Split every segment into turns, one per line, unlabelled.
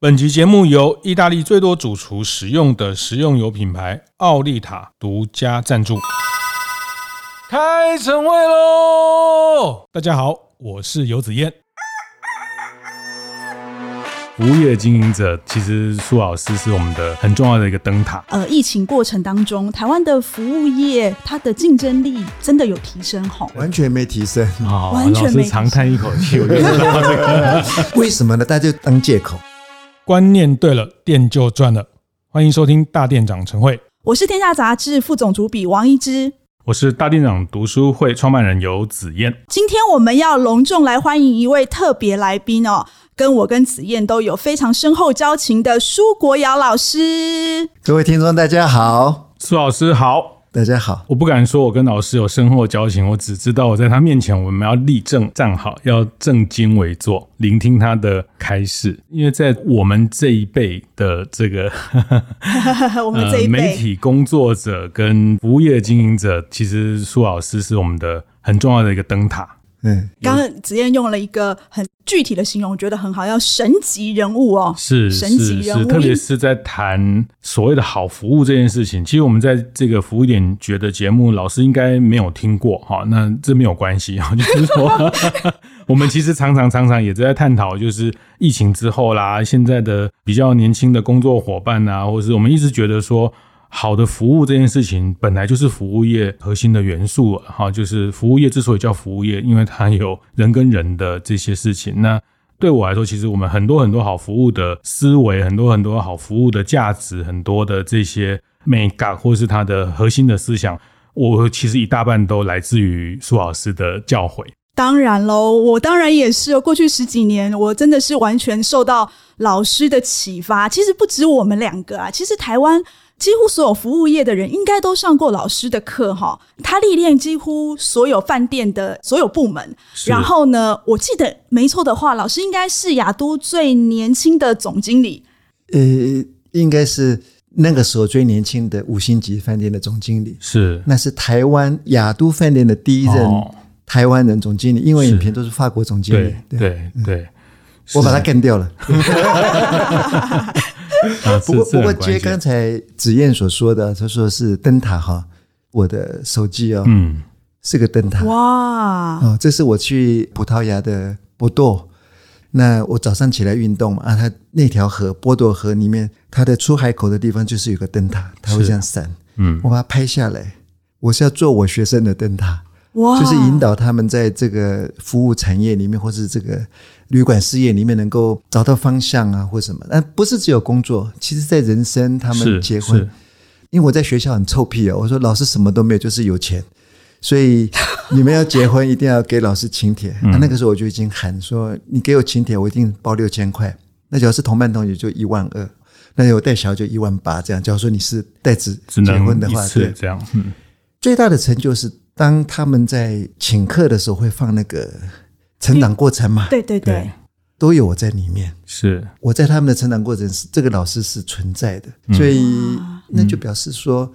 本集节目由意大利最多主厨使用的食用油品牌奥利塔独家赞助。开晨会喽！大家好，我是游子燕。服务业经营者，其实苏老师是我们的很重要的一个灯塔。
呃，疫情过程当中，台湾的服务业它的竞争力真的有提升吼。
完全没提升，
啊
完全
老
没
师长叹一口气，我觉得
为什么呢？大家就当借口。
观念对了，店就赚了。欢迎收听大店长晨会，
我是天下杂志副总主笔王一之，
我是大店长读书会创办人游子燕。
今天我们要隆重来欢迎一位特别来宾哦，跟我跟子燕都有非常深厚交情的舒国尧老师。
各位听众，大家好，
苏老师好，
大家好。
我不敢说我跟老师有深厚交情，我只知道我在他面前我们要立正站好，要正襟危坐，聆听他的开示。因为在我们这一辈的这个
我们这一
呃媒
辈、
体工作者跟服务业经营者，其实苏老师是我们的很重要的一个灯塔。
嗯，
刚刚子燕用了一个很具体的形容，我觉得很好，要神级人物哦，
是
神
是
级人
是，
物，
特别是在谈所谓的好服务这件事情，其实我们在这个服务一点觉得节目，老师应该没有听过哈，那这没有关系哈， 就是 说我们其实常常常常也在探讨，就是疫情之后啦，现在的比较年轻的工作伙伴啊，或是我们一直觉得说。好的服务这件事情本来就是服务业核心的元素了哈，就是服务业之所以叫服务业，因为它有人跟人的这些事情。那对我来说，其实我们很多很多好服务的思维，很多很多好服务的价值，很多的这些 make up 或是它的核心的思想，我其实一大半都来自于苏老师的教诲。
当然喽，我当然也是哦。过去十几年，我真的是完全受到老师的启发。其实不止我们两个啊，其实台湾几乎所有服务业的人应该都上过老师的课哈、他历练几乎所有饭店的所有部门。
是
然后呢，我记得没错的话，老师应该是雅都最年轻的总经理。
呃，应该是那个时候最年轻的五星级饭店的总经理，
是
那是台湾雅都饭店的第一任
哦
台湾人总经理，因为
是
影片都是法国总经理
对，对
嗯
对，
我把他干掉了。
啊
不过
是是
不过，
很关
接
键
刚才子燕所说的，她说是灯塔哈，我的手机哦，
嗯
是个灯塔。
哇，
哦，这是我去葡萄牙的波多。那我早上起来运动嘛，啊，它那条河波多河里面，它的出海口的地方就是有个灯塔，它会这样闪。
嗯
我把它拍下来，我是要做我学生的灯塔，
哇，
就是引导他们在这个服务产业里面，或是这个旅馆事业里面能够找到方向啊，或什么。那不是只有工作，其实在人生，他
是
们结婚
是，
因为我在学校很臭屁哦，我说老师什么都没有，就是有钱，所以你们要结婚一定要给老师请帖。
嗯
啊那、那个时候我就已经喊说，你给我请帖，我一定包六千块。那假如是同伴同学就一万二，那有带小就一万八这样。假如说你是带子
只
结
能
婚的
一
话，
次
对，
这样，嗯
最大的成就是当他们在请客的时候会放那个成长过程嘛，
对对对，
对
都有我在里面。
是
我在他们的成长过程是这个老师是存在的，
嗯
所以那就表示说、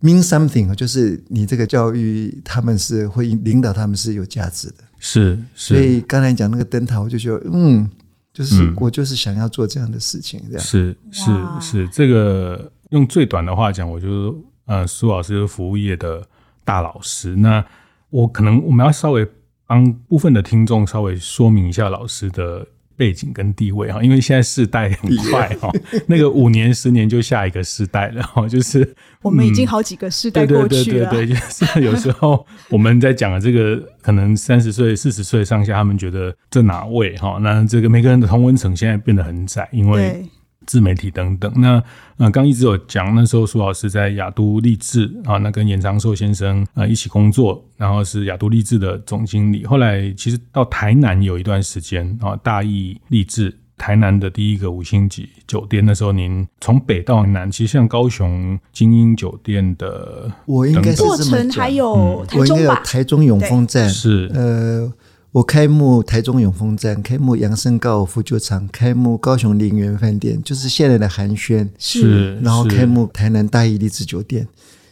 mean something，就是你这个教育他们是会领导他们是有价值的。
是
所
是
以刚才讲那个灯塔，我就觉得嗯，就是、
嗯
我就是想要做这样的事情，这样
是是
哇
是，这个用最短的话讲，我就是呃，苏老师是服务业的大老师，那我可能我们要稍微帮部分的听众稍微说明一下老师的背景跟地位哈，因为现在世代很快哈，那个五年十年就下一个世代了哈， 就是
我们已经好几个世代
对对
过
对
去
嗯对
了。啊
对，就是有时候我们在讲的这个，可能三十岁、四十岁上下，他们觉得这哪位哈？那这个每个人的同温层现在变得很窄，因为
对
自媒体等等。那呃，刚一直有讲，那时候苏老师在雅都励志啊，那跟严长寿先生呃一起工作，然后是雅都励志的总经理。后来其实到台南有一段时间啊，大义励志。台南的第一个五星级酒店，那时候您从北到南，其实像高雄精英酒店的
我应该是
过
这么
程还
讲。
有台
嗯我应该
中
有
吧，
台中永丰站，
是
呃，我开幕台中永丰站，开幕扬升高尔夫球场，开幕高雄陵园饭店，就是现在的寒暄，
是，
然后
是
开幕台南大义丽致酒店，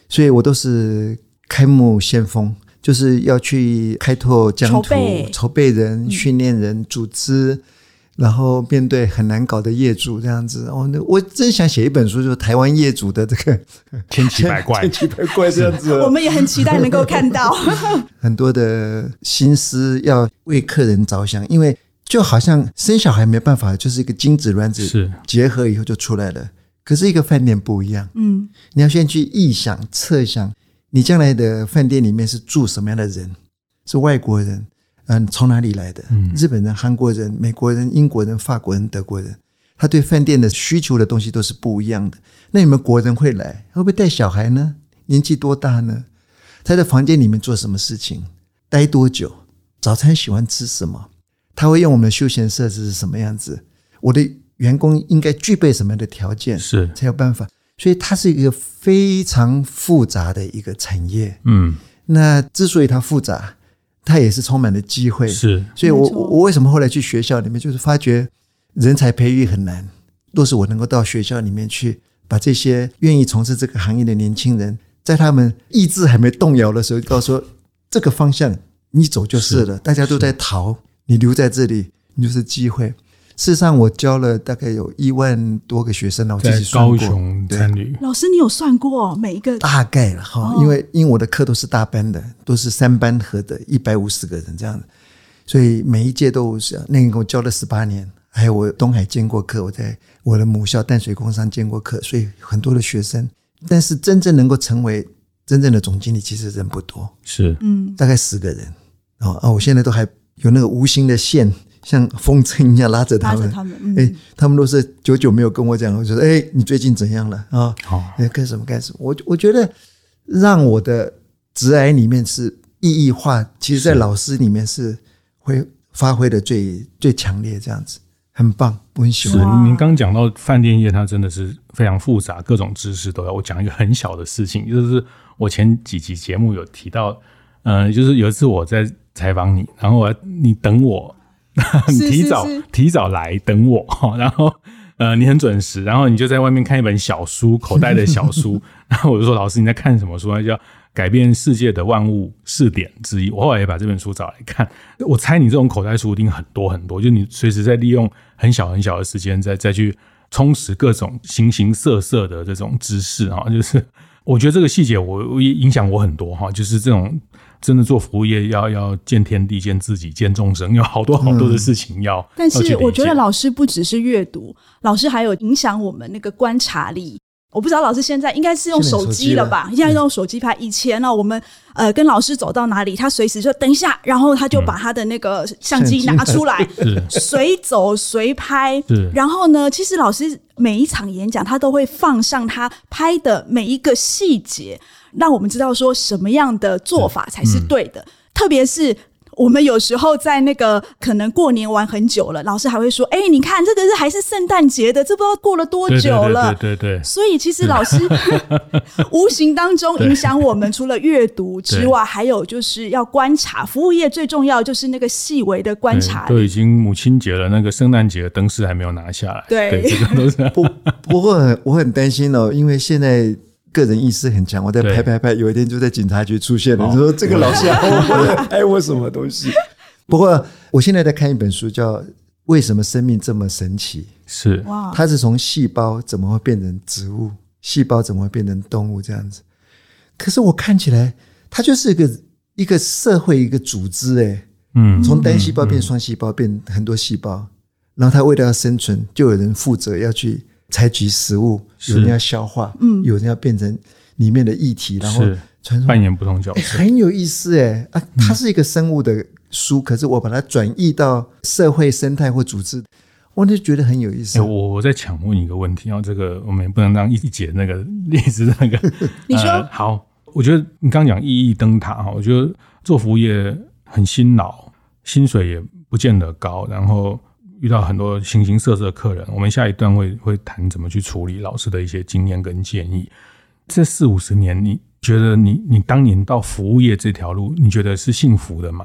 所以我都是开幕先锋，就是要去开拓疆土
筹备，嗯
筹备人、训练人、组织。然后面对很难搞的业主这样子，哦，那我真想写一本书，就是台湾业主的这个
千奇百怪
千，奇百怪这样 子
我
哦，
们也很期待能够看到。
很多的心思要为客人着想，因为就好像生小孩没办法，就是一个精子卵子
是
结合以后就出来了，可是一个饭店不一样，
嗯，
你要先去臆想、测想，你将来的饭店里面是住什么样的人？是外国人，嗯、从哪里来的？日本人、韩国人、美国人、英国人、法国人、德国人，他对饭店的需求的东西都是不一样的。那你们国人会来，会不会带小孩呢？年纪多大呢？他在房间里面做什么事情？待多久？早餐喜欢吃什么？他会用我们的休闲设施是什么样子？我的员工应该具备什么样的条件？
是
才有办法。所以它是一个非常复杂的一个产业。
嗯
那之所以它复杂，它也是充满了机会。
是
所以我
没错
我我为什么后来去学校里面，就是发觉人才培育很难。若是我能够到学校里面去，把这些愿意从事这个行业的年轻人，在他们意志还没动摇的时候，就告诉说这个方向你走就是了。大家都在逃，你留在这里，你就是机会。事实上，我教了大概有一万多个学生了，我自
在
己算
高
过。
雄
对
参旅，
老师，你有算过哦每一个？
大概了哈，
哦
因为因为我的课都是大班的，都是三班合的，一百五十个人这样子，所以每一届都是那个我教了十八年，还有我东海见过课，我在我的母校淡水工商见过课，所以很多的学生，但是真正能够成为真正的总经理，其实人不多。
是
嗯，
大概十个人。哦啊，我现在都还有那个无形的线，像风筝一样拉着他
拉
们。
着他们嗯
哎、他们都是久久没有跟我讲，我就说：“哎、你最近怎样了啊？
哦
哎、干什么干什么？”我我觉得让我的职癌里面是意义化，其实在老师里面是会发挥的最最强烈，这样子很棒，我很喜
是
欢。，
您刚讲到饭店业，它真的是非常复杂，各种知识都要。我讲一个很小的事情，就是我前几集节目有提到，嗯、就是有一次我在采访你，然后我你等我， 你
是
提早
是是
提早来等我， 然后呃你很准时，然后你就在外面看一本小书，口袋的小 书，然后我就说老师你在看什么书？他叫《改变世界的万物试点之一》，我后来也把这本书找来看。我猜你这种口袋书一定很多很多，就你随时在利用很小很小的时间再再去充实各种形形色色的这种知识啊，就是。我觉得这个细节我我也影响我很多哈，就是这种真的做服务业要要见天地、见自己、见众生，有好多好多的事情要。
嗯但
要去
是
理
我觉得
解
老师不只是阅读，老师还有影响我们那个观察力。我不知道老师现在应该是用
现在有
手
手
机
机
了
了
吧？现在用手机拍。以前呢、我们呃跟老师走到哪里，他随时就等一下，然后他就把他的那个嗯相机拿出来，
是
随走随拍
是。
然后呢，其实老师每一场演讲，他都会放上他拍的每一个细节，让我们知道说什么样的做法才是对的。
嗯
特别是我们有时候在那个可能过年玩很久了，老师还会说：“哎、你看这个是还是圣诞节的，这不知道过了多
对对
久
对
了。
对对对对，
所以其实老师无形当中影响我们，除了阅读之 外，还有就是要观察。服务业最重要就是那个细微的观察
对都已经母亲节了，那个圣诞节的灯饰还没有拿下来。
对
这个都是
不 不过很我很担心哦，因为现在个人意识很强，我在
对
拍拍拍，有一天就在警察局出现了。
哦
你说这个老师还我拍我什么东西？不过我现在在看一本书，叫《为什么生命这么神奇》，
是
哇，
它是从细胞怎么会变成植物，细胞怎么会变成动物这样子。可是我看起来，它就是一个一个社会一个组织哎、
嗯
从单细胞变双细胞，变很多细胞，然后它为了要生存，就有人负责要去采集食物，
是
有人要消化，
嗯
有人要变成里面的液体，然后
是嗯
传送。
扮演不同角
哎
色，
很有意思哎啊，它是一个生物的书，可是我把它转译到社会生态或组织，我就觉得很有意思
哎、。我我在想问你一个问题，然后这个我们也不能让一姐那个 一直那个。
你说
呃好，我觉得你刚刚讲意义灯塔哈，我觉得做服务业很辛劳，薪水也不见得高，然后遇到很多形形色色的客人。我们下一段会会谈怎么去处理老师的一些经验跟建议。这四五十年，你觉得你你当年到服务业这条路，你觉得是幸福的吗？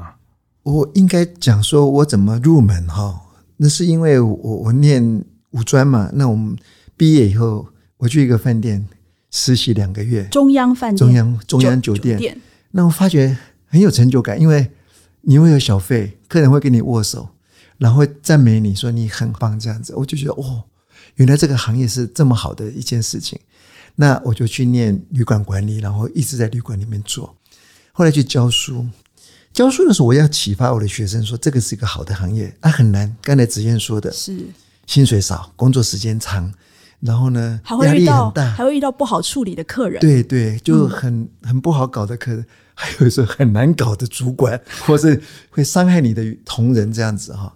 我应该讲说我怎么入门哈，那是因为我我念五专嘛，那我们毕业以后，我去一个饭店实习两个月，
中央饭店、
中央中央酒店，那我发觉很有成就感，因为你会有小费，客人会跟你握手，然后会赞美你说你很棒这样子，我就觉得哦，原来这个行业是这么好的一件事情。那我就去念旅馆管理，然后一直在旅馆里面做，后来去教书。教书的时候，我要启发我的学生说，这个是一个好的行业，啊，很难。刚才子燕说的，
是
薪水少，工作时间长，然后呢
还，
压
会遇
力
到
很大
还，会遇到不好处理的客人，
对对，就很、很不好搞的客人， 还有时候很难搞的主管，或是会伤害你的同仁这样子哈。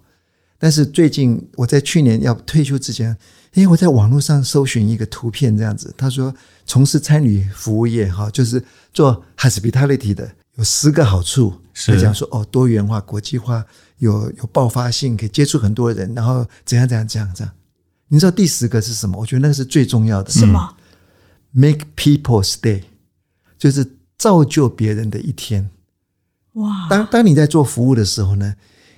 但是最近我在去年要退休之前，因为我在网络上搜寻一个图片这样子，他说从事餐旅服务业哈，就是做 hospitality 的有十个好处，
是
他讲说哦多元化、国际化，有有爆发性，可以接触很多人，然后怎样怎样怎样这样。你知道第十个是什么？我觉得那个是最重要的。
什么？
make people stay，就是造就别人的一天。
哇，
当当你在做服务的时候呢，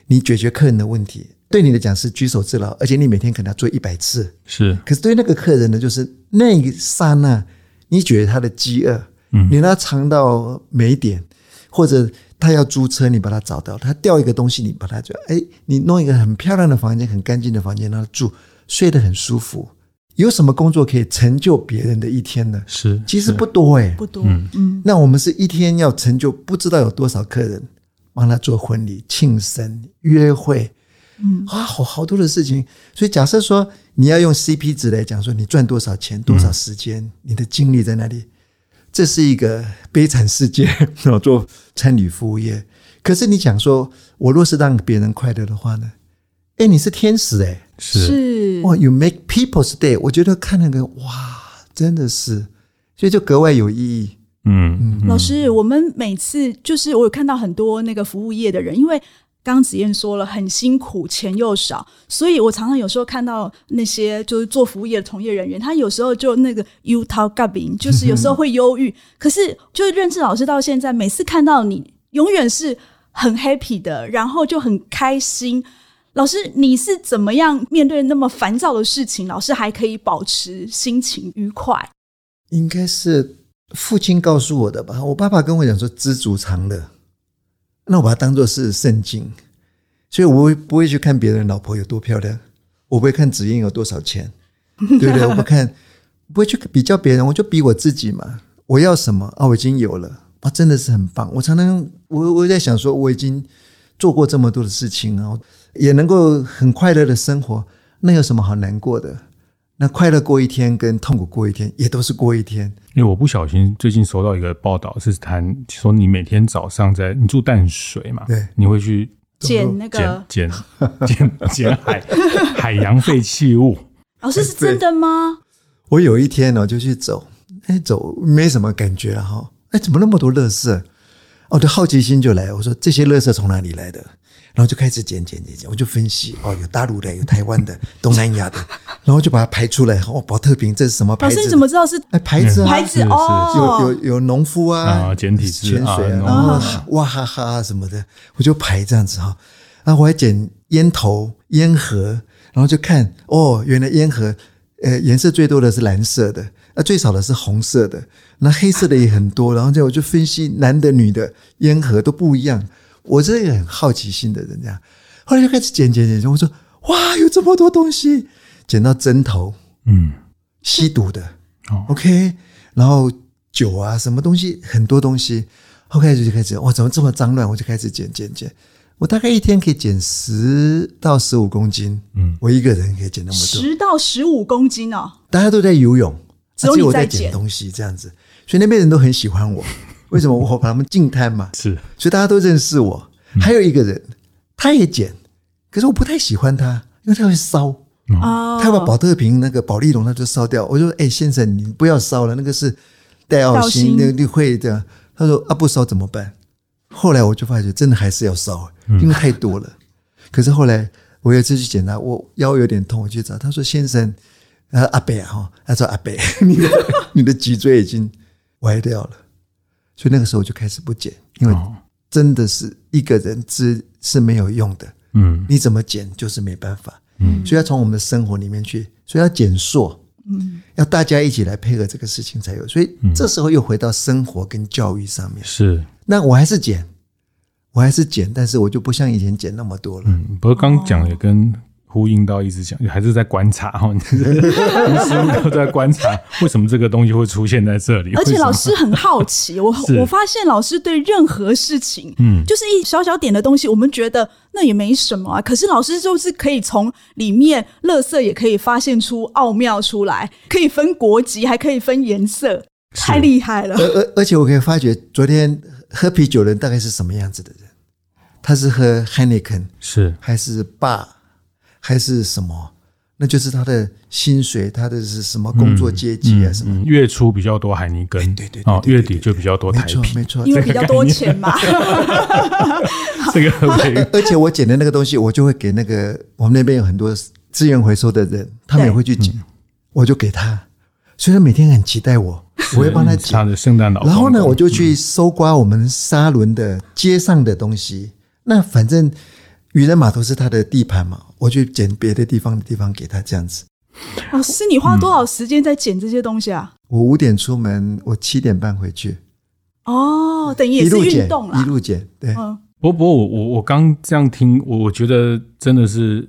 你解决客人的问题，对你来讲是举手之劳，而且你每天可能要做一百次。
是
可是对那个客人呢，就是那一刹那，你解决他的饥饿，嗯，你让他尝到美点，或者他要租车，你把他找到；他掉一个东西，你把他就哎，你弄一个很漂亮的房间，很干净的房间让他住，睡得很舒服。有什么工作可以成就别人的一天呢？
是，
其实
是
不多哎、
不多，嗯，
那我们是一天要成就不知道有多少客人，帮他做婚礼、庆生、约会，嗯啊，好好多的事情。所以假设说你要用 CP 值来讲，说你赚多少钱、多少时间，你的精力在哪里，这是一个悲惨世界。我做餐旅服务业，可是你讲说，我若是让别人快乐的话呢？哎，你是天使哎、
是
是
哇，You make people's day，我觉得看那个哇，真的是，所以就格外有意义。
嗯
老师，我们每次就是我有看到很多那个服务业的人，因为刚刚子燕说了很辛苦，钱又少，所以我常常有时候看到那些就是做服务业的从业人员，他有时候就那个 u t a g a b i n 就是有时候会忧郁。可是就认识老师到现在，每次看到你，永远是很 happy 的，然后就很开心。老师，你是怎么样面对那么烦躁的事情？老师还可以保持心情愉快，
应该是父亲告诉我的吧。我爸爸跟我讲说“知足常乐”，那我把它当做是圣经，所以我会不会去看别人老婆有多漂亮，我不会看子英有多少钱，对不对？我不看，不会去比较别人，我就比我自己嘛。我要什么啊？我已经有了啊，真的是很棒。我常常我我在想说，我已经做过这么多的事情啊，也能够很快乐的生活，那有什么好难过的？那快乐过一天跟痛苦过一天也都是过一天，
因为我不小心最近收到一个报道，是谈说你每天早上在你住淡水嘛，
对
你会去
捡那个
捡捡捡 捡海海洋废弃物，
老师是真的吗？
我有一天呢、就去走，哎，走没什么感觉了哈，哎，怎么那么多垃圾？我的好奇心就来，我说这些垃圾从哪里来的？然后就开始捡捡捡捡，我就分析哦，有大陆的，有台湾 的，东南亚的，然后就把它排出来。哦，保特瓶这是什么牌
老
子的？
师，你怎么知道是
哎牌子啊？
牌子
是
哦？
有有有农夫啊，
啊简体字
潜水
啊
啊，
农
然后
夫
哇哈哈啊什么的，我就排这样子哈。啊，我还捡烟头、烟盒，然后就看哦，原来烟盒呃颜色最多的是蓝色的，啊最少的是红色的，那黑色的也很多。然后就我就分析男的、女的烟盒都不一样。我这个很好奇心的人这样，后来就开始捡捡捡，捡我说哇，有这么多东西，捡到针头，
嗯，
吸毒的。
哦
OK，然后酒啊，什么东西，很多东西。后开始就开始，哇，怎么这么脏乱？我就开始减减减。我大概一天可以减十到十五公斤，嗯，我一个人可以减那么多。
十到十五公斤哦，
大家都在游泳，啊
只有你
我
在
在
捡
捡东西这样子，所以那边人都很喜欢我。为什么？我把他们净摊嘛，
是
所以大家都认识我。还有一个人，他也捡，可是我不太喜欢他，因为他会烧。
哦，
嗯他把保特瓶那个保利龙他就烧掉。我就说：“哎、先生，你不要烧了，那个是带奥辛，
带奥辛
那你会这样。”他说：“啊，不烧怎么办？”后来我就发觉，真的还是要烧，因为太多了。可是后来我有一次去检查，我腰有点痛，我去找他说：“先生，呃，阿伯啊，哈，他说阿伯， 你的你的脊椎已经歪掉了。”所以那个时候我就开始不减，因为
哦
真的是一个人知是没有用的。
嗯
你怎么减就是没办法。嗯，所以要从我们的生活里面去，所以要减塑。嗯，要大家一起来配合这个事情
嗯
才有。所以这时候又回到生活跟教育上面。
是
那我还是减，我还是剪，但是我就不像以前剪那么多了。
嗯，不过刚讲也跟呼应到一直讲，还是在观察哦 哈，你是无时无刻在观察为什么这个东西会出现在这里，
而且
为什么
老师很好奇， 我
是
我发现老师对任何事情，
嗯
就是一小小点的东西，我们觉得那也没什么啊，可是老师就是可以从里面乐色也可以发现出奥妙出来，可以分国籍，还可以分颜色，
是
太厉害了
而！而而且我可以发觉，昨天喝啤酒的人大概是什么样子的人？他是喝 Heineken
是
还是 bar 还是什么？那就是他的薪水，他的是什么工作阶级啊？什么？
嗯，月初比较多海尼根，
对对对
哦，
对
月
对
底就比较多
没
台
错，
币，
没错
因。为比较多钱 嘛，
这个会
而且我捡的那个东西，我就会给那个我们那边有很多资源回收的人，他们也会去捡，我就给他。所以他每天很期待我， 我会帮他捡
他。的嗯圣诞老公公，
然后呢，我就去搜刮我们沙伦的街上的东西。那反正渔人码头是他的地盘嘛，我去捡别的地方的地方给他这样子。
老师你
嗯
花多少时间在剪这些东西啊？
我五点出门，我七点半回去，
哦，等于也
一
是
路
运
捡
动，
一
啦。
路捡，对，
嗯，
不过我我我刚这样听，我我觉得真的是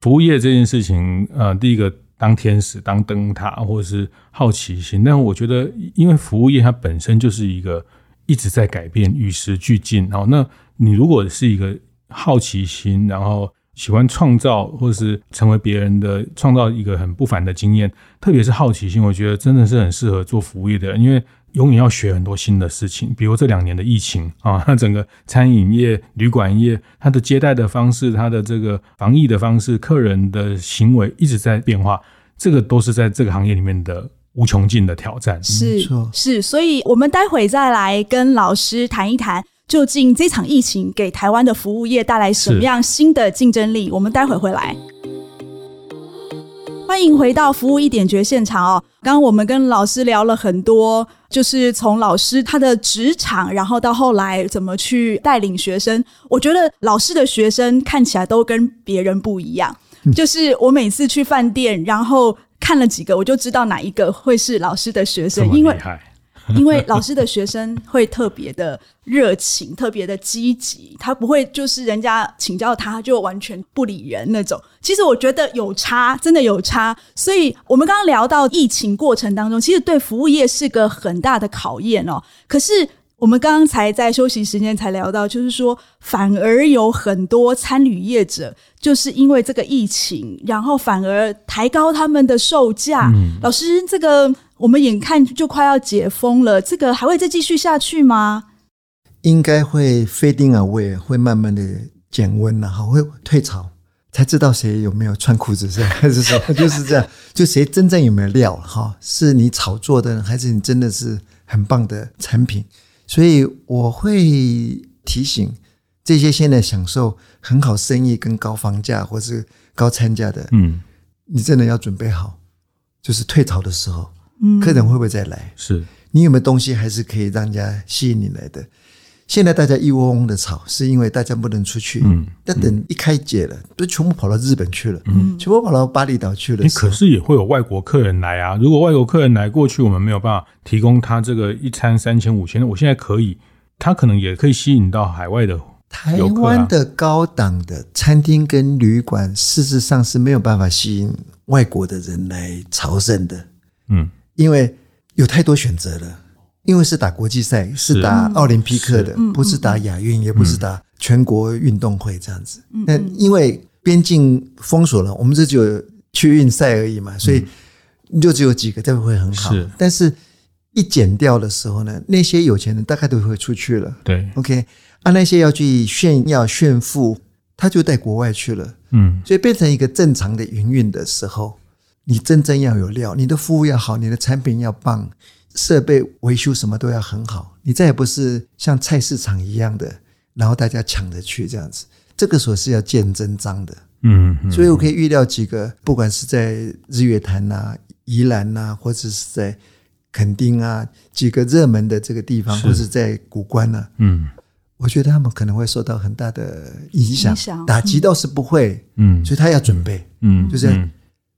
服务业这件事情，呃，第一个当天使、当灯塔，或者是好奇心。但我觉得，因为服务业它本身就是一个一直在改变、与时俱进。哦，那你如果是一个好奇心，然后喜欢创造，或是成为别人的创造一个很不凡的经验，特别是好奇心，我觉得真的是很适合做服务业的人，因为永远要学很多新的事情。比如这两年的疫情啊， 那整个餐饮业、旅馆业，它的接待的方式、它的这个防疫的方式、客人的行为一直在变化，这个都是在这个行业里面的无穷尽的挑战。
是
没错
是，所以我们待会再来跟老师谈一谈，究竟这场疫情给台湾的服务业带来什么
是
样新的竞争力？我们待会回来。欢迎回到服务一点绝现场哦。刚刚我们跟老师聊了很多，就是从老师他的职场，然后到后来怎么去带领学生。我觉得老师的学生看起来都跟别人不 一样。就是我每次去饭店，然后看了几个，我就知道哪一个会是老师的学
这
生，
么
因
厉
为
害，
因为老师的学生会特别的热情，特别的积极，他不会就是人家请教他就完全不理人那种。其实我觉得有差，真的有差。所以我们刚刚聊到疫情过程当中，其实对服务业是个很大的考验哦。可是我们刚刚才在休息时间才聊到，就是说，反而有很多餐旅业者就是因为这个疫情，然后反而抬高他们的售价。老师，这个我们眼看就快要解封了，这个还会再继续下去吗？
应该会 fading away，会慢慢的减温然后会退潮，才知道谁有没有穿裤子是吧 还是什么，就是这样，就谁真正有没有料哈，是你炒作的，还是你真的是很棒的产品？所以我会提醒这些现在享受很好生意跟高房价或是高餐价的，
嗯，
你真的要准备好，就是退潮的时候，
嗯
客人会不会再来？
是
你有没有东西还是可以让人家吸引你来的？现在大家一窝蜂的炒，是因为大家不能出去。
嗯，
但等一开解了，都全部跑到日本去了，
嗯
全部跑到巴厘岛去了
你。可是也会有外国客人来啊。如果外国客人来过去，我们没有办法提供他这个一餐三千五千，我现在可以，他可能也可以吸引到海外的
台
游客啊
湾。的高档的餐厅跟旅馆，事实上是没有办法吸引外国的人来朝圣的，
嗯，
因为有太多选择了。因为是打国际赛，是打奥林匹克的，不是打亚运，也不是打全国运动会这样子。那因为边境封锁了，我们这只有区运赛而已嘛，所以就只有几个，这样会很好
是。
但是，一减掉的时候呢，那些有钱人大概都会出去了。
对，
OK，啊，那些要去炫耀炫富，他就带国外去了，
嗯，
所以变成一个正常的营运的时候，你真正要有料，你的服务要好，你的产品要棒，设备维修什么都要很好，你再也不是像菜市场一样的，然后大家抢着去这样子，这个时候是要见真章的。
嗯，嗯
所以我可以预料几个，不管是在日月潭呐、宜兰呐、或者是在垦丁啊几个热门的这个地方，
是
或者在古关呐、
嗯
我觉得他们可能会受到很大的影响，
影响
打击倒是不会，
嗯
所以他要准备，
嗯，
就是要
嗯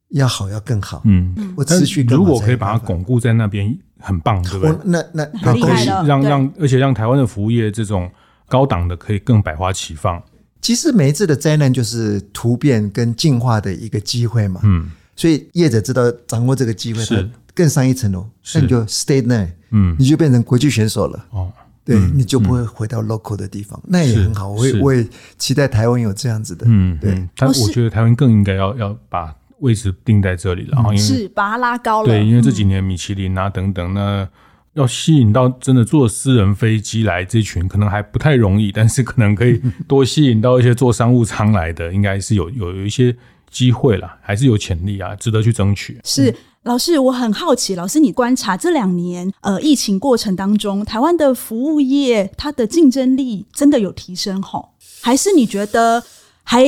要好要更好。
嗯，
我
但
持续更好
如果可以
才有
把
办
它
法，
巩固在那边，很棒，对不对
我？那那
很
那
厉
恭
害
喜
了
让
对
让，而且让台湾的服务业这种高档的可以更百花齐放。
其实每一次的灾难就是突变跟进化的一个机会嘛。
嗯
所以业者知道掌握这个机会，
是
他更上一层楼，
是
那你就 stay there，
嗯，
你就变成国际选手了。
哦，
对，你就不会回到 local 的地方，那
嗯
也
是
很好。我也
是
我也期待台湾有这样子的。
嗯，
对
嗯但
哦是
我觉得台湾更应该要要把位置定在这里了，然哦后因为
是把它拉高了。
对，因为这几年米其林啊等等，那要吸引到真的坐私人飞机来这群，可能还不太容易，但是可能可以多吸引到一些坐商务舱来的，应该是有有有一些机会啦，还是有潜力啊，值得去争取。
是
嗯
老师，我很好奇，老师你观察这两年呃疫情过程当中，台湾的服务业它的竞争力真的有提升吼？还是你觉得还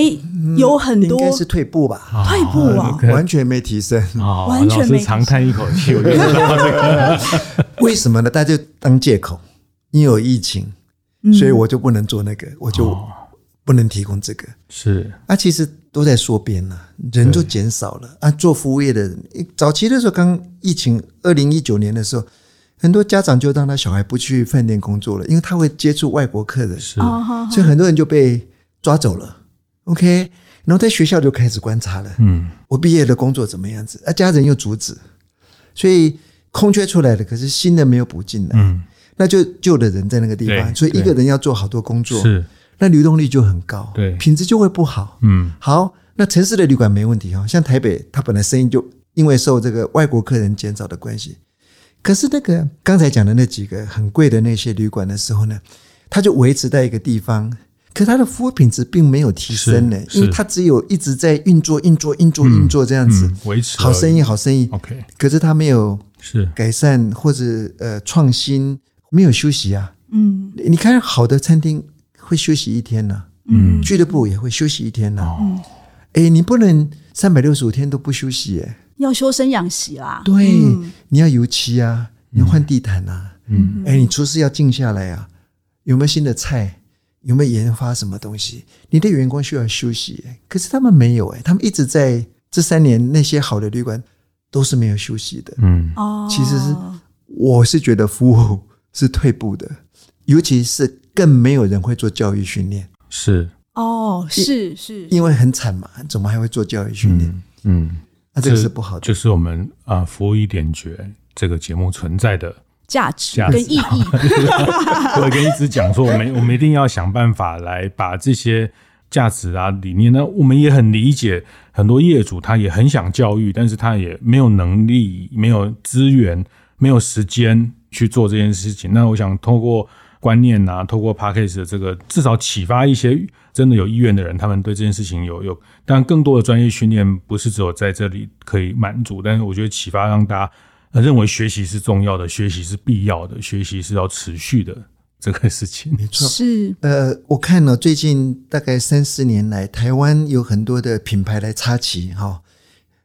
有很
嗯应
多
该是退步吧，
退步啊？
对
完全没提升。
啊
完全
老师
没
长叹一口气，我觉得
为什么呢？大家就当借口，因为有疫情，
嗯
所
啊
以我就不能做那个，我就不能提供这个。
是
啊，其实都在缩编了，人就减少了啊。做服务业的人，诶早期的时候，刚疫情二零一九年的时候，很多家长就让他小孩不去饭店工作了，因为他会接触外国客人，
是，
哦好好
所以很多人就被抓走了。OK，然后在学校就开始观察了，
嗯，
我毕业的工作怎么样子？啊，家人又阻止，所以空缺出来了，可是新的没有补进来，
嗯，
那就旧的人在那个地方，
对
所以一
对
个人要做好多工作，
是，
那流动率就很高，
对
品质就会不好。
嗯，
好，那城市的旅馆没问题哦，像台北，它本来生意就因为受这个外国客人减少的关系，可是那个刚才讲的那几个很贵的那些旅馆的时候呢，它就维持在一个地方。可它的服务品质并没有提升呢，
是
因为它只有一直在运作、运作、运作、运作这样子，
嗯哦维持
好生
意
意、好生意。
，OK，
可是它没有
是
改善或者呃创新，没有休息啊。
嗯
你看好的餐厅会休息一天呢、
嗯
俱乐部也会休息一天呢、
哦，
哎、你不能三百六十五天都不休息耶。
要修身养息啦。
对，
嗯
你要油漆啊，你要换地毯啊，
嗯，
哎、你厨师要静下来啊，有没有新的菜？有没有研发什么东西？你的员工需要休息耶，可是他们没有哎，他们一直在这三年那些好的旅馆都是没有休息的。
嗯，
哦，
其实是我是觉得服务是退步的，尤其是更没有人会做教育训练，
是，
哦，是是
因为很惨嘛，怎么还会做教育训练？
嗯嗯。
那、这个是不好的。
就是我们啊、呃服务一点绝这个节目存在的。
价值
价值
跟意 义。
我跟一直讲说，我们我们一定要想办法来把这些价值啊理念。那我们也很理解很多业主，他也很想教育，但是他也没有能力、没有资源、没有时间去做这件事情。那我想透过。观念啊，透过 p a c k a g e 的这个，至少启发一些真的有意愿的人，他们对这件事情有有，但更多的专业训练不是只有在这里可以满足，但是我觉得启发让大家呃认为学习是重要的，学习是必要的，学习是要持续的这个事情。
没错，
是
呃，我看了、最近大概三四年来，台湾有很多的品牌来插旗哈、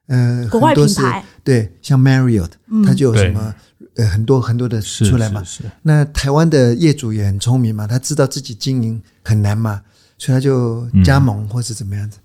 呃，
国外
很多
品
是
牌
对，像 Marriott，、它就有什么呃很多很多的
是
出来嘛。
是是
那台湾的业主也很聪明嘛，他知道自己经营很难嘛，所以他就加
嗯
盟或是怎么样子。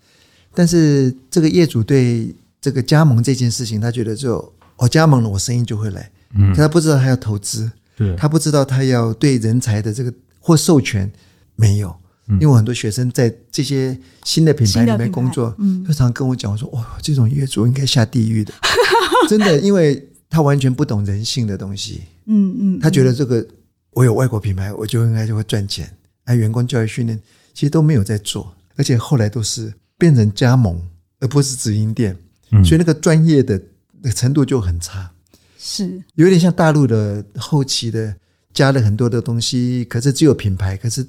但是这个业主对这个加盟这件事情，他觉得就哦加盟了，我生意就会来，
嗯
可他不知道他要投资，
是
他不知道他要对人才的这个或授权没有，
嗯
因为我很多学生在这些新的品牌里
新的
面
品牌
工作，
嗯
就常跟我讲，我说哇、这种业主应该下地狱的， 真的，因为他完全不懂人性的东西，
嗯嗯，
他觉得这个我有外国品牌，我就应该就会赚钱，啊，员工教育训练其实都没有在做，而且后来都是变成加盟，而不是直营店，
嗯
所以那个专业的那个程度就很差。
嗯是
有点像大陆的后期的加了很多的东西，可是只有品牌，可是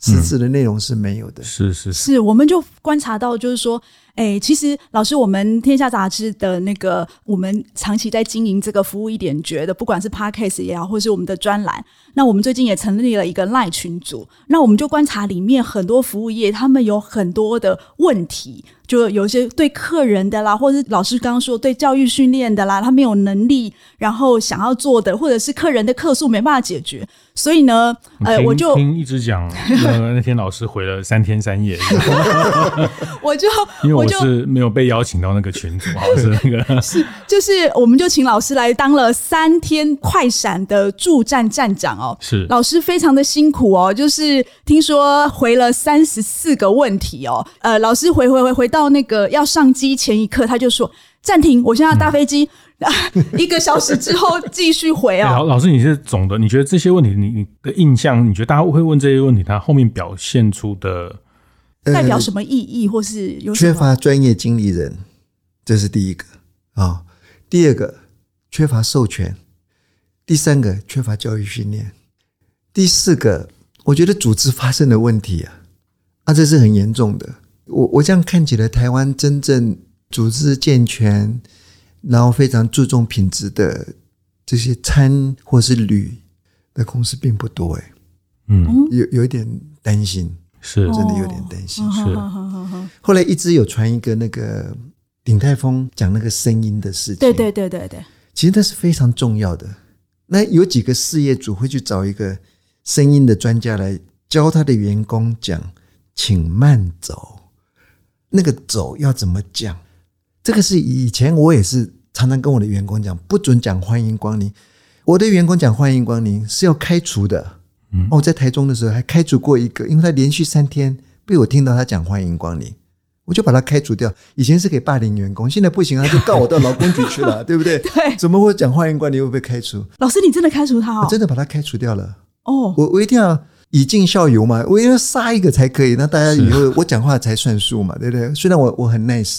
实质的内容是没有的。
是是是，
是，我们就观察到，就是说，哎、其实老师，我们天下杂志的那个，我们长期在经营这个服务一点觉得，不管是 podcast 也好，或是我们的专栏，那我们最近也成立了一个 Line 群组，那我们就观察里面很多服务业，他们有很多的问题，就有一些对客人的啦，或是老师刚刚说对教育训练的啦，他没有能力，然后想要做的，或者是客人的客诉没办法解决，所以呢，呃，
听
我就
听一直讲，那那天老师回了三天三夜，
我就
因为我我
就是
没有被邀请到那个群组，好像是那个
就是我们就请老师来当了三天快闪的助战站长哦。
是
老师非常的辛苦哦，就是听说回了三十四个问题哦。呃，老师回回回回到那个要上机前一刻，他就说暂停，我现在要搭飞机，啊，
嗯
一个小时之后继续回
哎
哦。
老老师，你是总的，你觉得这些问题，你你的印象，你觉得大家会问这些问题，他后面表现出的
代表什么意义，或是有什
哎缺
么？
乏专业经理人，这是第一个啊、第二个缺乏授权，第三个缺乏教育训练，第四个我觉得组织发生的问题啊，啊，这是很严重的。我我这样看起来，台湾真正组织健全，然后非常注重品质的这些餐或是旅的公司并不多、欸，
嗯
有有一点担心，
是
真的有点担心。
是
好好好好
后来一直有传一个那个鼎泰丰讲那个声音的事情，
对对，对对对，
其实那是非常重要的。那有几个事业主会去找一个声音的专家来教他的员工讲，请慢走，那个走要怎么讲？这个是以前我也是常常跟我的员工讲，不准讲欢迎光临。我对员工讲欢迎光临是要开除的。嗯，哦，我在台中的时候还开除过一个，因为他连续三天被我听到他讲欢迎光临，我就把他开除掉。以前是给霸凌员工，现在不行，他就告我到劳工局去了，对不对？
对
怎么会讲欢迎光临会被开除？
老师你真的开除他哦
我？真的把他开除掉了。
哦，
我我一定要以儆效尤嘛，我一定要杀一个才可以，那大家以后我讲话才算数嘛，对不对？虽然我我很 nice，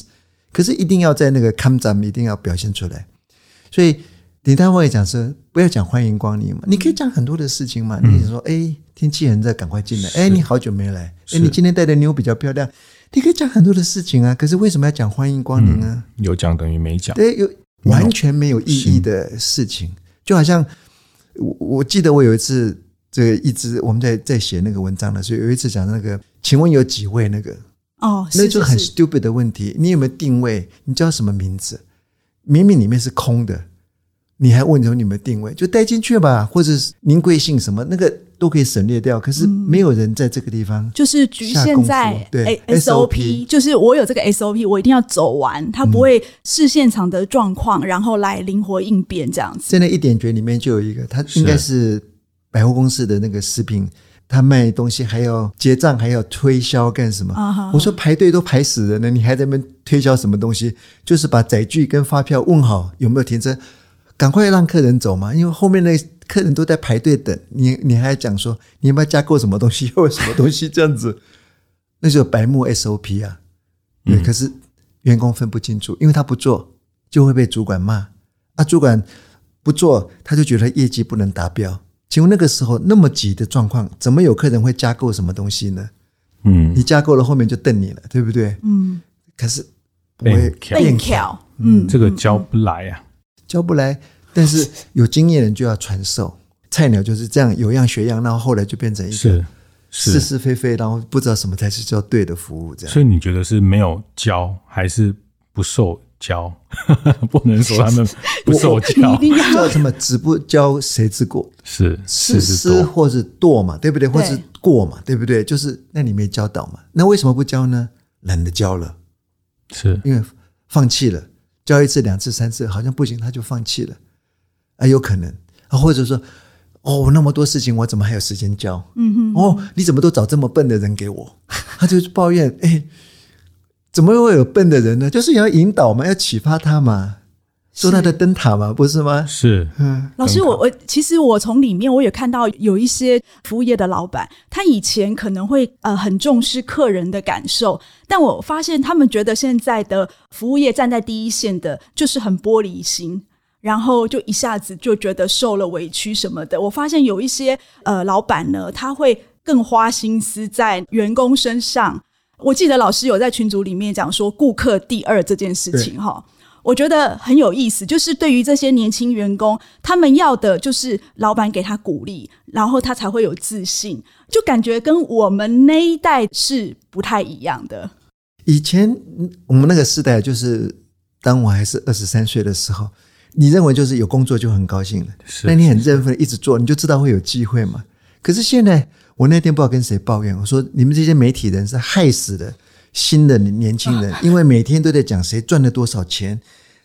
可是一定要在那个 come 咱们一定要表现出来。所以李丹我也讲说，不要讲欢迎光临嘛，你可以讲很多的事情嘛，你说哎、天气很热，赶快进来，哎你好久没来，哎你今天带的妞比较漂亮，你可以讲很多的事情啊，可是为什么要讲欢迎光临啊？
有讲等于没讲，
对，有完全没有意义的事情，就好像我我记得我有一次，这个一直我们在在写那个文章的时候，有一次讲那个，请问有几位那个，
哦，
那就是很
是是
stupid 的问题，你有没有定位？你叫什么名字？明明里面是空的，你还问说你们定位，就带进去吧，或者是您贵姓什么那个都可以省略掉。可是没有人在这个地方，
就是局
下
限
功夫
在
对
A- SOP，
SOP
就是我有这个 SOP，我一定要走完，它不会视现场的状况，然后来灵活应变这样子。
在那一点诀里面就有一个，他
是
应该是百货公司的那个食品，他卖东西还要结账，还要推销干什么？
啊哈
我说排队都排死人了，你还在那边推销什么东西？就是把载具跟发票问好有没有停车，赶快让客人走嘛，因为后面那客人都在排队等你，你还讲说你有没有加购什么东西，又有什么东西这样子，那就白目 SOP 啊。对，可是员工分不清楚，因为他不做就会被主管骂啊，主管不做他就觉得业绩不能达标。请问那个时候那么急的状况，怎么有客人会加购什么东西呢？
嗯，
你加购了，后面就瞪你了，对不对？
嗯，
可是不会
被
被
变
巧，嗯，
这 个教不来啊，
教不来，但是有经验人就要传授。菜鸟就是这样有样学样，然后后来就变成一个
是
嗯是
是，
是非非，然后不知道什么才是叫对的服务，这样。
所以你觉得是没有教还是不受教？ 不能说他们不受
你一
教，
定要
叫什么？只不教谁之过，
是
是
是是
失
多，
或是惰嘛，对不对？
对
或是过嘛，对不对？就是那你没教导嘛，那为什么不教呢？懒得教了，
是
因为放弃了，教一次、两次、三次，好像不行，他就放弃了，啊，有可能啊，或者说，哦，那么多事情，我怎么还有时间教？嗯哼，哦，你怎么都找这么笨的人给我？ 他就抱怨，哎，怎么会有笨的人呢？就是要引导嘛，要启发他嘛，做他的灯塔嘛，不是吗？
是
嗯，
老师，我我其实我从里面我也看到有一些服务业的老板，他以前可能会呃很重视客人的感受，但我发现他们觉得现在的服务业站在第一线的，就是很玻璃心。然后就一下子就觉得受了委屈什么的。我发现有一些呃老板呢，他会更花心思在员工身上。我记得老师有在群组里面讲说“顾客第二”这件事情哈，我觉得很有意思。就是对于这些年轻员工，他们要的就是老板给他鼓励，然后他才会有自信，就感觉跟我们那一代是不太一样的。
以前嗯我们那个时代，就是当我还是二十三岁的时候，你认为就是有工作就很高兴了，
是
那你很认份地一直做，你就知道会有机会嘛。可是现在，我那天不知道跟谁抱怨，我说你们这些媒体人是害死的，新的年轻
啊
人，因为每天都在讲谁赚了多少钱，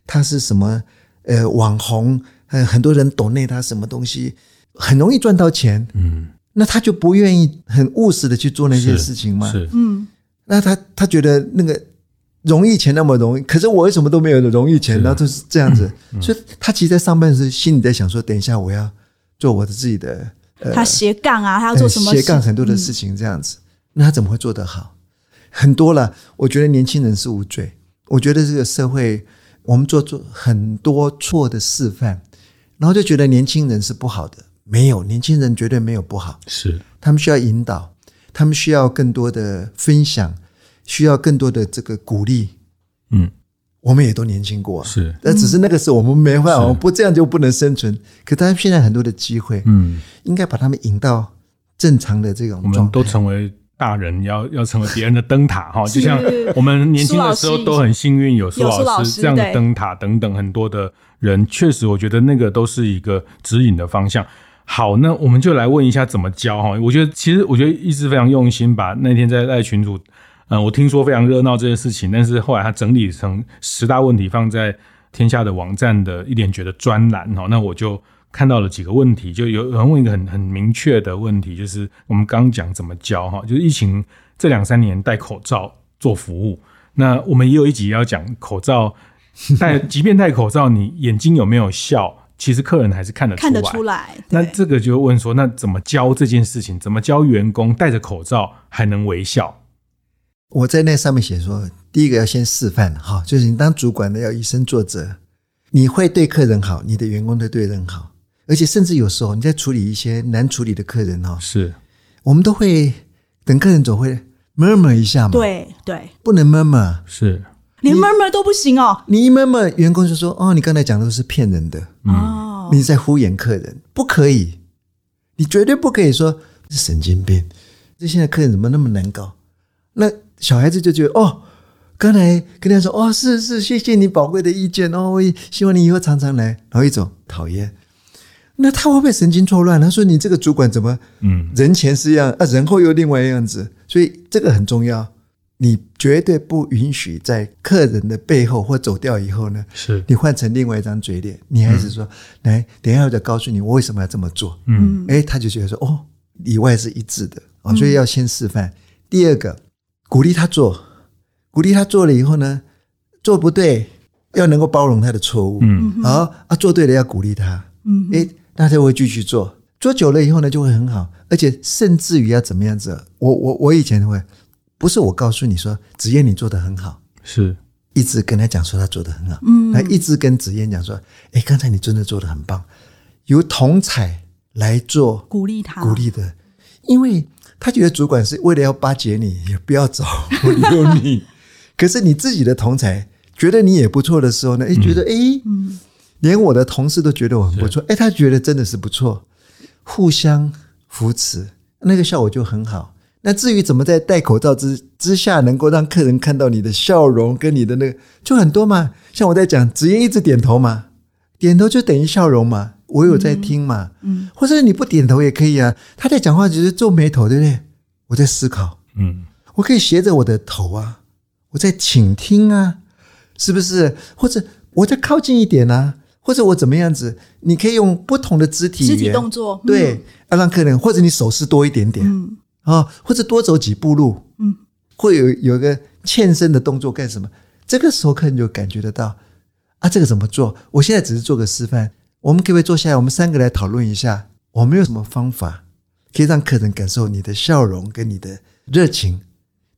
他是什么呃网红，呃很多人懂内他什么东西，很容易赚到钱，
嗯，
那他就不愿意很务实的去做那些事情吗？
是，
嗯，
那他他觉得那个容易钱那么容易，可是我为什么都没有容易钱？然后就是这样子，所以他其实，在上班的时候，心里在想说，等一下我要做我的自己的
他斜杠啊，他要
呃
做什么事？嗯
斜杠很多的事情这样子，那他怎么会做得好？很多了，我觉得年轻人是无罪，我觉得这个社会我们做做很多错的示范，然后就觉得年轻人是不好的，没有年轻人绝对没有不好，
是，
他们需要引导，他们需要更多的分享，需要更多的这个鼓励。
嗯，
我们也都年轻过、啊，
是，
但只是那个时候我们没办法，
是
我们不这样就不能生存。可他们现在很多的机会，
嗯，
应该把他们引到正常的这种
我们
状态。
都成为大人，要要成为别人的灯塔哈，
是
就像我们年轻的时候都很幸运有苏
有苏老
老
师
师这样的
对
灯塔等等很多的人，确实我觉得那个都是一个指引的方向。好，那我们就来问一下怎么教哈。我觉得其实我觉得一直非常用心，把那天在赖群主，嗯，我听说非常热闹这件事情，但是后来他整理成十大问题放在天下的网站的一点觉得专栏哈，那我就看到了几个问题，就有有人问一个很很明确的问题，就是我们刚讲怎么教哈，就是疫情这两三年戴口罩做服务，那我们也有一集要讲口罩戴，即便戴口罩，你眼睛有没有笑，其实客人还是看得出来。
看得出来。
那
对
这个就问说，那怎么教这件事情？怎么教员工戴着口罩还能微笑？
我在那上面写说，第一个要先示范哈，就是你当主管的要以身作则，你会对客人好，你的员工都对人好，而且甚至有时候你在处理一些难处理的客人哈，
是
我们都会等客人走会 murmur 一下嘛，，
对对，
不能 murmur，
是，
连 murmur 都不行哦。
你一 murmur，员工就说哦，你刚才讲的都是骗人的，
哦，
你在敷衍客人，不可以，你绝对不可以说这神经病，这现在客人怎么那么难搞？那小孩子就觉得哦，刚才跟他说哦，是是，谢谢你宝贵的意见哦，我也希望你以后常常来，然后一种讨厌。那他会不会神经错乱？他说你这个主管怎么
嗯，
人前是一样啊，人后又另外一样子，所以这个很重要。你绝对不允许在客人的背后或走掉以后呢，
是，
你换成另外一张嘴脸，你还是说，来，等一下我再告诉你我为什么要这么做。
嗯，
哎，他就觉得说，哦，里外是一致的啊、哦所以要先示范。第二个，鼓励他做，鼓励他做了以后呢，做不对要能够包容他的错误，
嗯，
好啊，做对了要鼓励他，
嗯，
哎，那他会继续做，做久了以后呢，就会很好，而且甚至于要怎么样子，我我我以前会，不是我告诉你说，子燕你做的很好，
是，
一直跟他讲说他做的很好，嗯，他一直跟子燕讲说，哎，刚才你真的做的很棒，由同彩来做
鼓励他，
鼓励的，因为他觉得主管是为了要巴结你，也不要走，我留你。可是你自己的同才觉得你也不错的时候呢，哎，觉得哎，连我的同事都觉得我很不错，哎，他觉得真的是不错，互相扶持，那个效果就很好。那至于怎么在戴口罩之之下能够让客人看到你的笑容跟你的那个，就很多嘛。像我在讲，职业一直点头嘛，点头就等于笑容嘛，我有在听嘛，嗯，或者你不点头也可以啊。他在讲话只是皱眉头，对不对？我在思考，
嗯，
我可以斜着我的头啊，我在倾听啊，是不是？或者我再靠近一点啊，或者我怎么样子？你可以用不同的肢体
肢
语
体
言
动作，嗯，
对，要让客人或者你手势多一点点，嗯啊，或者多走几步路，
嗯，
会有有一个欠身的动作干什么？这个时候客人就感觉得到啊，这个怎么做？我现在只是做个示范，我们可不可以坐下来，我们三个来讨论一下，我们有什么方法可以让客人感受你的笑容跟你的热情？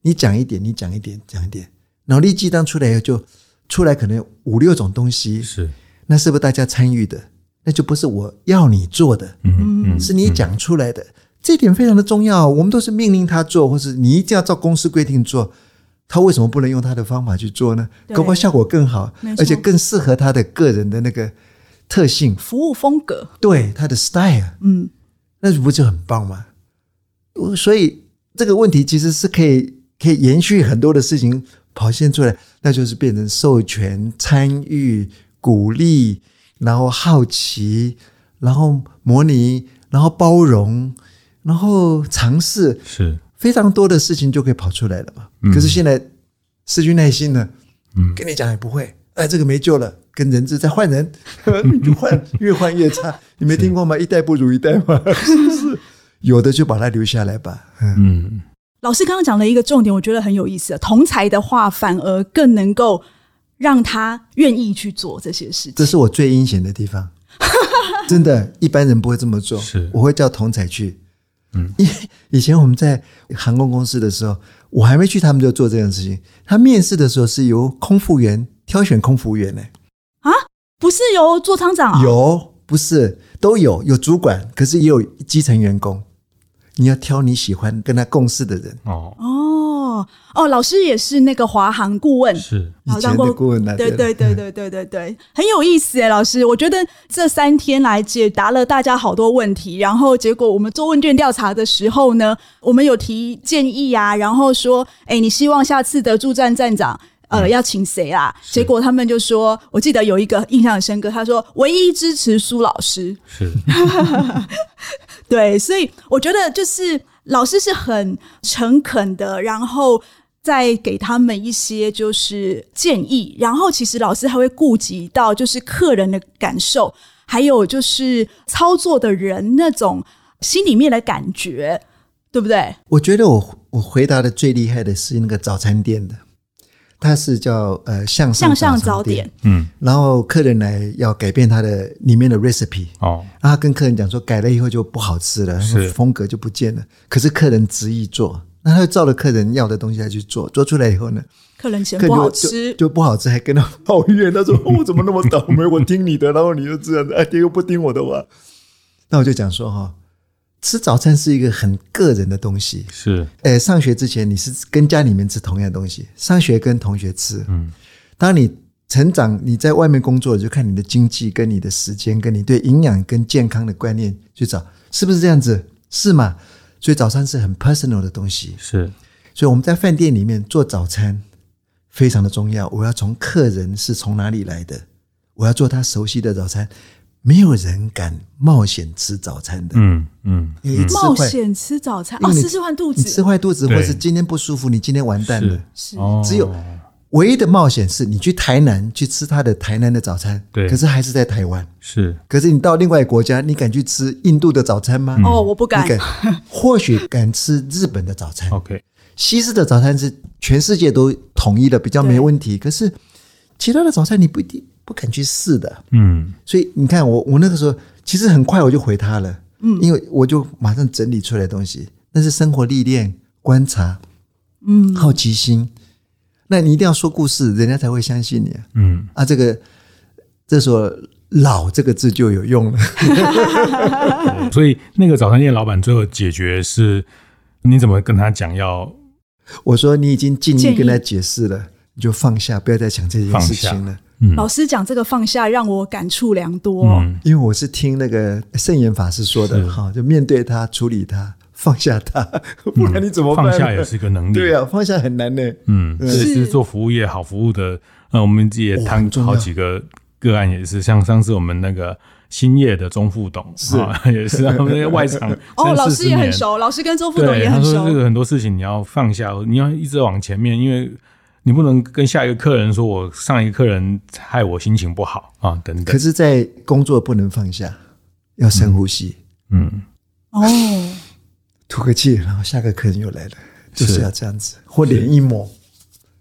你讲一点，你讲一点，讲一点，脑力激荡出来以后就出来，可能有五六种东西，
是，
那是不是大家参与的？那就不是我要你做的，
嗯嗯，
是你讲出来的，这点非常的重要。我们都是命令他做，或是你一定要照公司规定做，他为什么不能用他的方法去做呢？
对
搞不好效果更好
没，错
而且更适合他的个人的那个特性，
服务风格，
对他的 style，
嗯，
那不就很棒吗？我所以这个问题其实是可以可以延续很多的事情跑现出来，那就是变成授权、参与、鼓励，然后好奇，然后模拟，然后包容，然后尝试，
是，
非常多的事情就可以跑出来了嘛。可是现在失去耐心了。跟你讲也不会，哎，这个没救了，跟人质再换人， 就换越换越差。你没听过吗？一代不如一代嘛，是不是？有的就把它留下来吧。嗯
嗯，
老师刚刚讲了一个重点，我觉得很有意思。同才的话，反而更能够让他愿意去做这些事
这
情。
是我最阴险的地方，真的，一般人不会这么做。
是
我会叫童仔去。嗯，因为以前我们在航空公司的时候，我还没去，他们就做这件事情。他面试的时候是由空服员挑选空服员呢、
不是由做厂长、啊、
有不是都有有主管，可是也有基层员工。你要挑你喜欢跟他共事的人，
哦，
哦哦，老师也是那个华航顾问，
是
以前的顾问那边
对对对对对对对，很有意思哎，老师，我觉得这三天来解答了大家好多问题，然后结果我们做问卷调查的时候呢，我们有提建议啊，然后说，哎，你希望下次的驻站站长。
嗯
呃，要请谁啊？结果他们就说，我记得有一个印象很深刻，他说唯一支持苏老师，
是，
对，所以我觉得就是老师是很诚恳的，然后再给他们一些就是建议，然后其实老师还会顾及到就是客人的感受，还有就是操作的人那种心里面的感觉，对不对？
我觉得我我回答的最厉害的是那个早餐店的，它是叫呃向上
向上
早
早
餐
点
店，，
嗯，
然后客人来要改变他的里面的 recipe，
哦，
然后他跟客人讲说改了以后就不好吃了，
是
风格就不见了。可是客人执意做，那他就照着客人要的东西来去做，做出来以后呢，
客人嫌
客人
不好
就
吃，
就就不好吃，还跟他抱怨，他说、哦我怎么那么倒霉，我听你的，然后你就这样，哎，又不听我的话。那我就讲说哈、吃早餐是一个很个人的东西，
是，
呃，上学之前你是跟家里面吃同样的东西，上学跟同学吃。嗯，当你成长，你在外面工作，就看你的经济、跟你的时间、跟你对营养跟健康的观念去找，是不是这样子？是嘛？所以早餐是很 personal 的东西，
是，
所以我们在饭店里面做早餐非常的重要。我要从客人是从哪里来的，我要做他熟悉的早餐，没有人敢冒险吃早餐的，
嗯嗯，
因为一吃
冒
坏
险吃早餐
因
哦，
为你
吃吃换肚
你吃
子，
坏肚子，或
对
是今天不舒服，你今天完蛋了
是。
是
哦，
只有唯一的冒险是你去台南去吃他的台南的早餐，
对
可是还是在台湾。
是
可是你到另外一个国家，你敢去吃印度的早餐
嗯
吗？
哦，我不敢
嗯你，敢，或许敢吃日本的早餐。
OK，
西式的早餐是全世界都统一的，比较没问题。可是其他的早餐你不一定不敢去试的。
嗯，
所以你看我，我那个时候其实很快我就回他了，嗯，因为我就马上整理出来东西，那是生活历练、观察，嗯，好奇心。那你一定要说故事，人家才会相信你啊！
嗯，
啊这个这时候“老”这个字就有用了。
所以那个早餐店老板最后解决是，你怎么跟他讲要
我说你已经尽
建
力
议
跟他解释了，你就放下，不要再想这件
放
事
下
情了。
老师讲这个放下让我感触良多，
嗯
因为我是听那个圣严法师说的，哈，就面对他、处理他、放下他，不然你怎么办
嗯放
呢？
下也是一个能力，
对啊，放下很难呢。
嗯，这
是
是做服务业好服务的。呃，我们自己也
哇
谈
很重要
好几个个案，也是像上次我们那个兴业的钟副董
是
啊， 也是他们在外场
哦，
三
老
四
师
十
也很
年
熟，老师跟周副董
对，
也
他
很
说
熟
这，个很多事情你要放下，你要一直往前面，因为你不能跟下一个客人说我上一个客人害我心情不好啊等
可
等。
是，在工作不能放下，要深呼吸，
嗯，
哦。
吐个气，然后下个客人又来了，就是
是
要这样子，或脸一抹，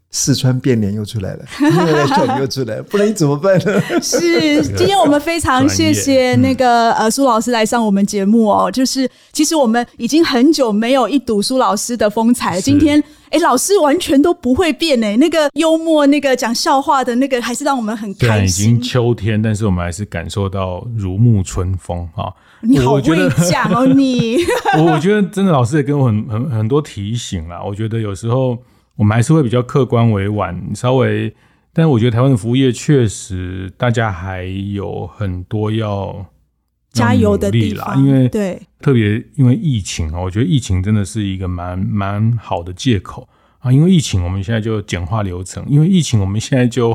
四川变脸又出来 了，又来笑你又出来，不然你怎么办呢？
是，今天我们非常谢
嗯
谢那个呃苏老师来上我们节目哦。就是其实我们已经很久没有一睹苏老师的风采了，今天哎老师完全都不会变哎，那个幽默，那个讲笑话的那个，还是让我们很
虽然
开
已经
心。
秋天，但是我们还是感受到如沐春风啊。
你好
我觉
会
得
讲 哦，你
我我觉得真的老师也给我很很很多提醒啦。我觉得有时候我们还是会比较客观委婉，稍微，但我觉得台湾的服务业确实大家还有很多要
加油的
要努力
地
啦，
方，
因为
对
特别因为疫情啊，我觉得疫情真的是一个蛮蛮好的借口啊。因为疫情，我们现在就简化流程；因为疫情，我们现在就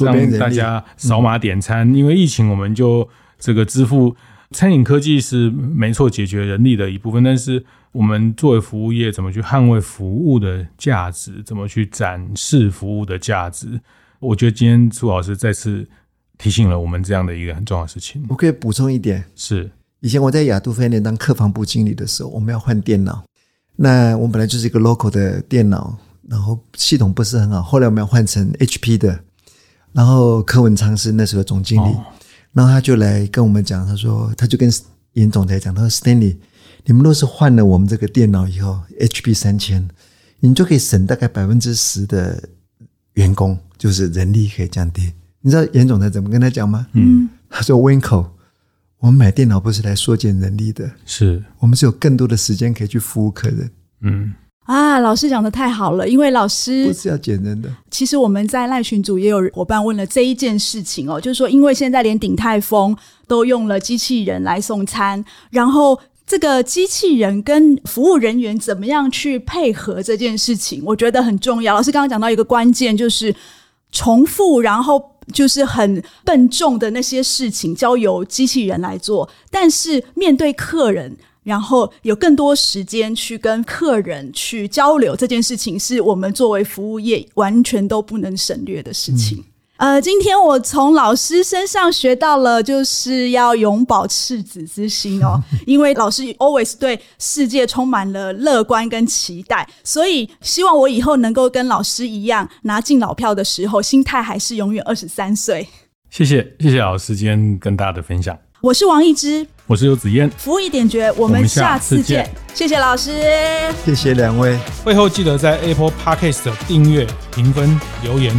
边人
让
力嗯
大家扫码点餐；因为疫情，我们就这个支付餐饮科技是没错解决人力的一部分，但是我们作为服务业，怎么去捍卫服务的价值，怎么去展示服务的价值？我觉得今天朱老师再次提醒了我们这样的一个很重要的事情。
我可以补充一点，
是
以前我在雅都饭店当客房部经理的时候，我们要换电脑，那我们本来就是一个 local 的电脑，然后系统不是很好，后来我们要换成 HP 的，然后柯文昌是那时候的总经理，
哦
然后他就来跟我们讲，他说他就跟严总裁讲，他说 Stanley，你们若是换了我们这个电脑以后，HP 三千，你们就可以省大概百分之十的员工，就是人力可以降低。你知道严总裁怎么跟他讲吗？
嗯，
他说 Winco，我们买电脑不是来缩减人力的，
是，
我们是有更多的时间可以去服务客人，
嗯，
啊，老师讲的太好了，因为老
不
师
是要减人的。
其实我们在赖群组也有伙伴问了这一件事情哦，就是说，因为现在连鼎泰丰都用了机器人来送餐，然后这个机器人跟服务人员怎么样去配合这件事情，我觉得很重要。老师刚刚讲到一个关键，就是重复，然后就是很笨重的那些事情交由机器人来做，但是面对客人。然后有更多时间去跟客人去交流，这件事情是我们作为服务业完全都不能省略的事情。呃，今天我从老师身上学到了，就是要永葆赤子之心哦，因为老师 always 对世界充满了乐观跟期待，所以希望我以后能够跟老师一样，拿进老票的时候，心态还是永远二十三岁。
谢谢谢谢老师今天跟大家的分享，
我是王一之，
我是游子燕，
服务一点绝，我
我
们
们下
下次
次见
见，谢谢老师。
谢谢两位。
会后记得在 Apple Podcast 订阅、评分、留言。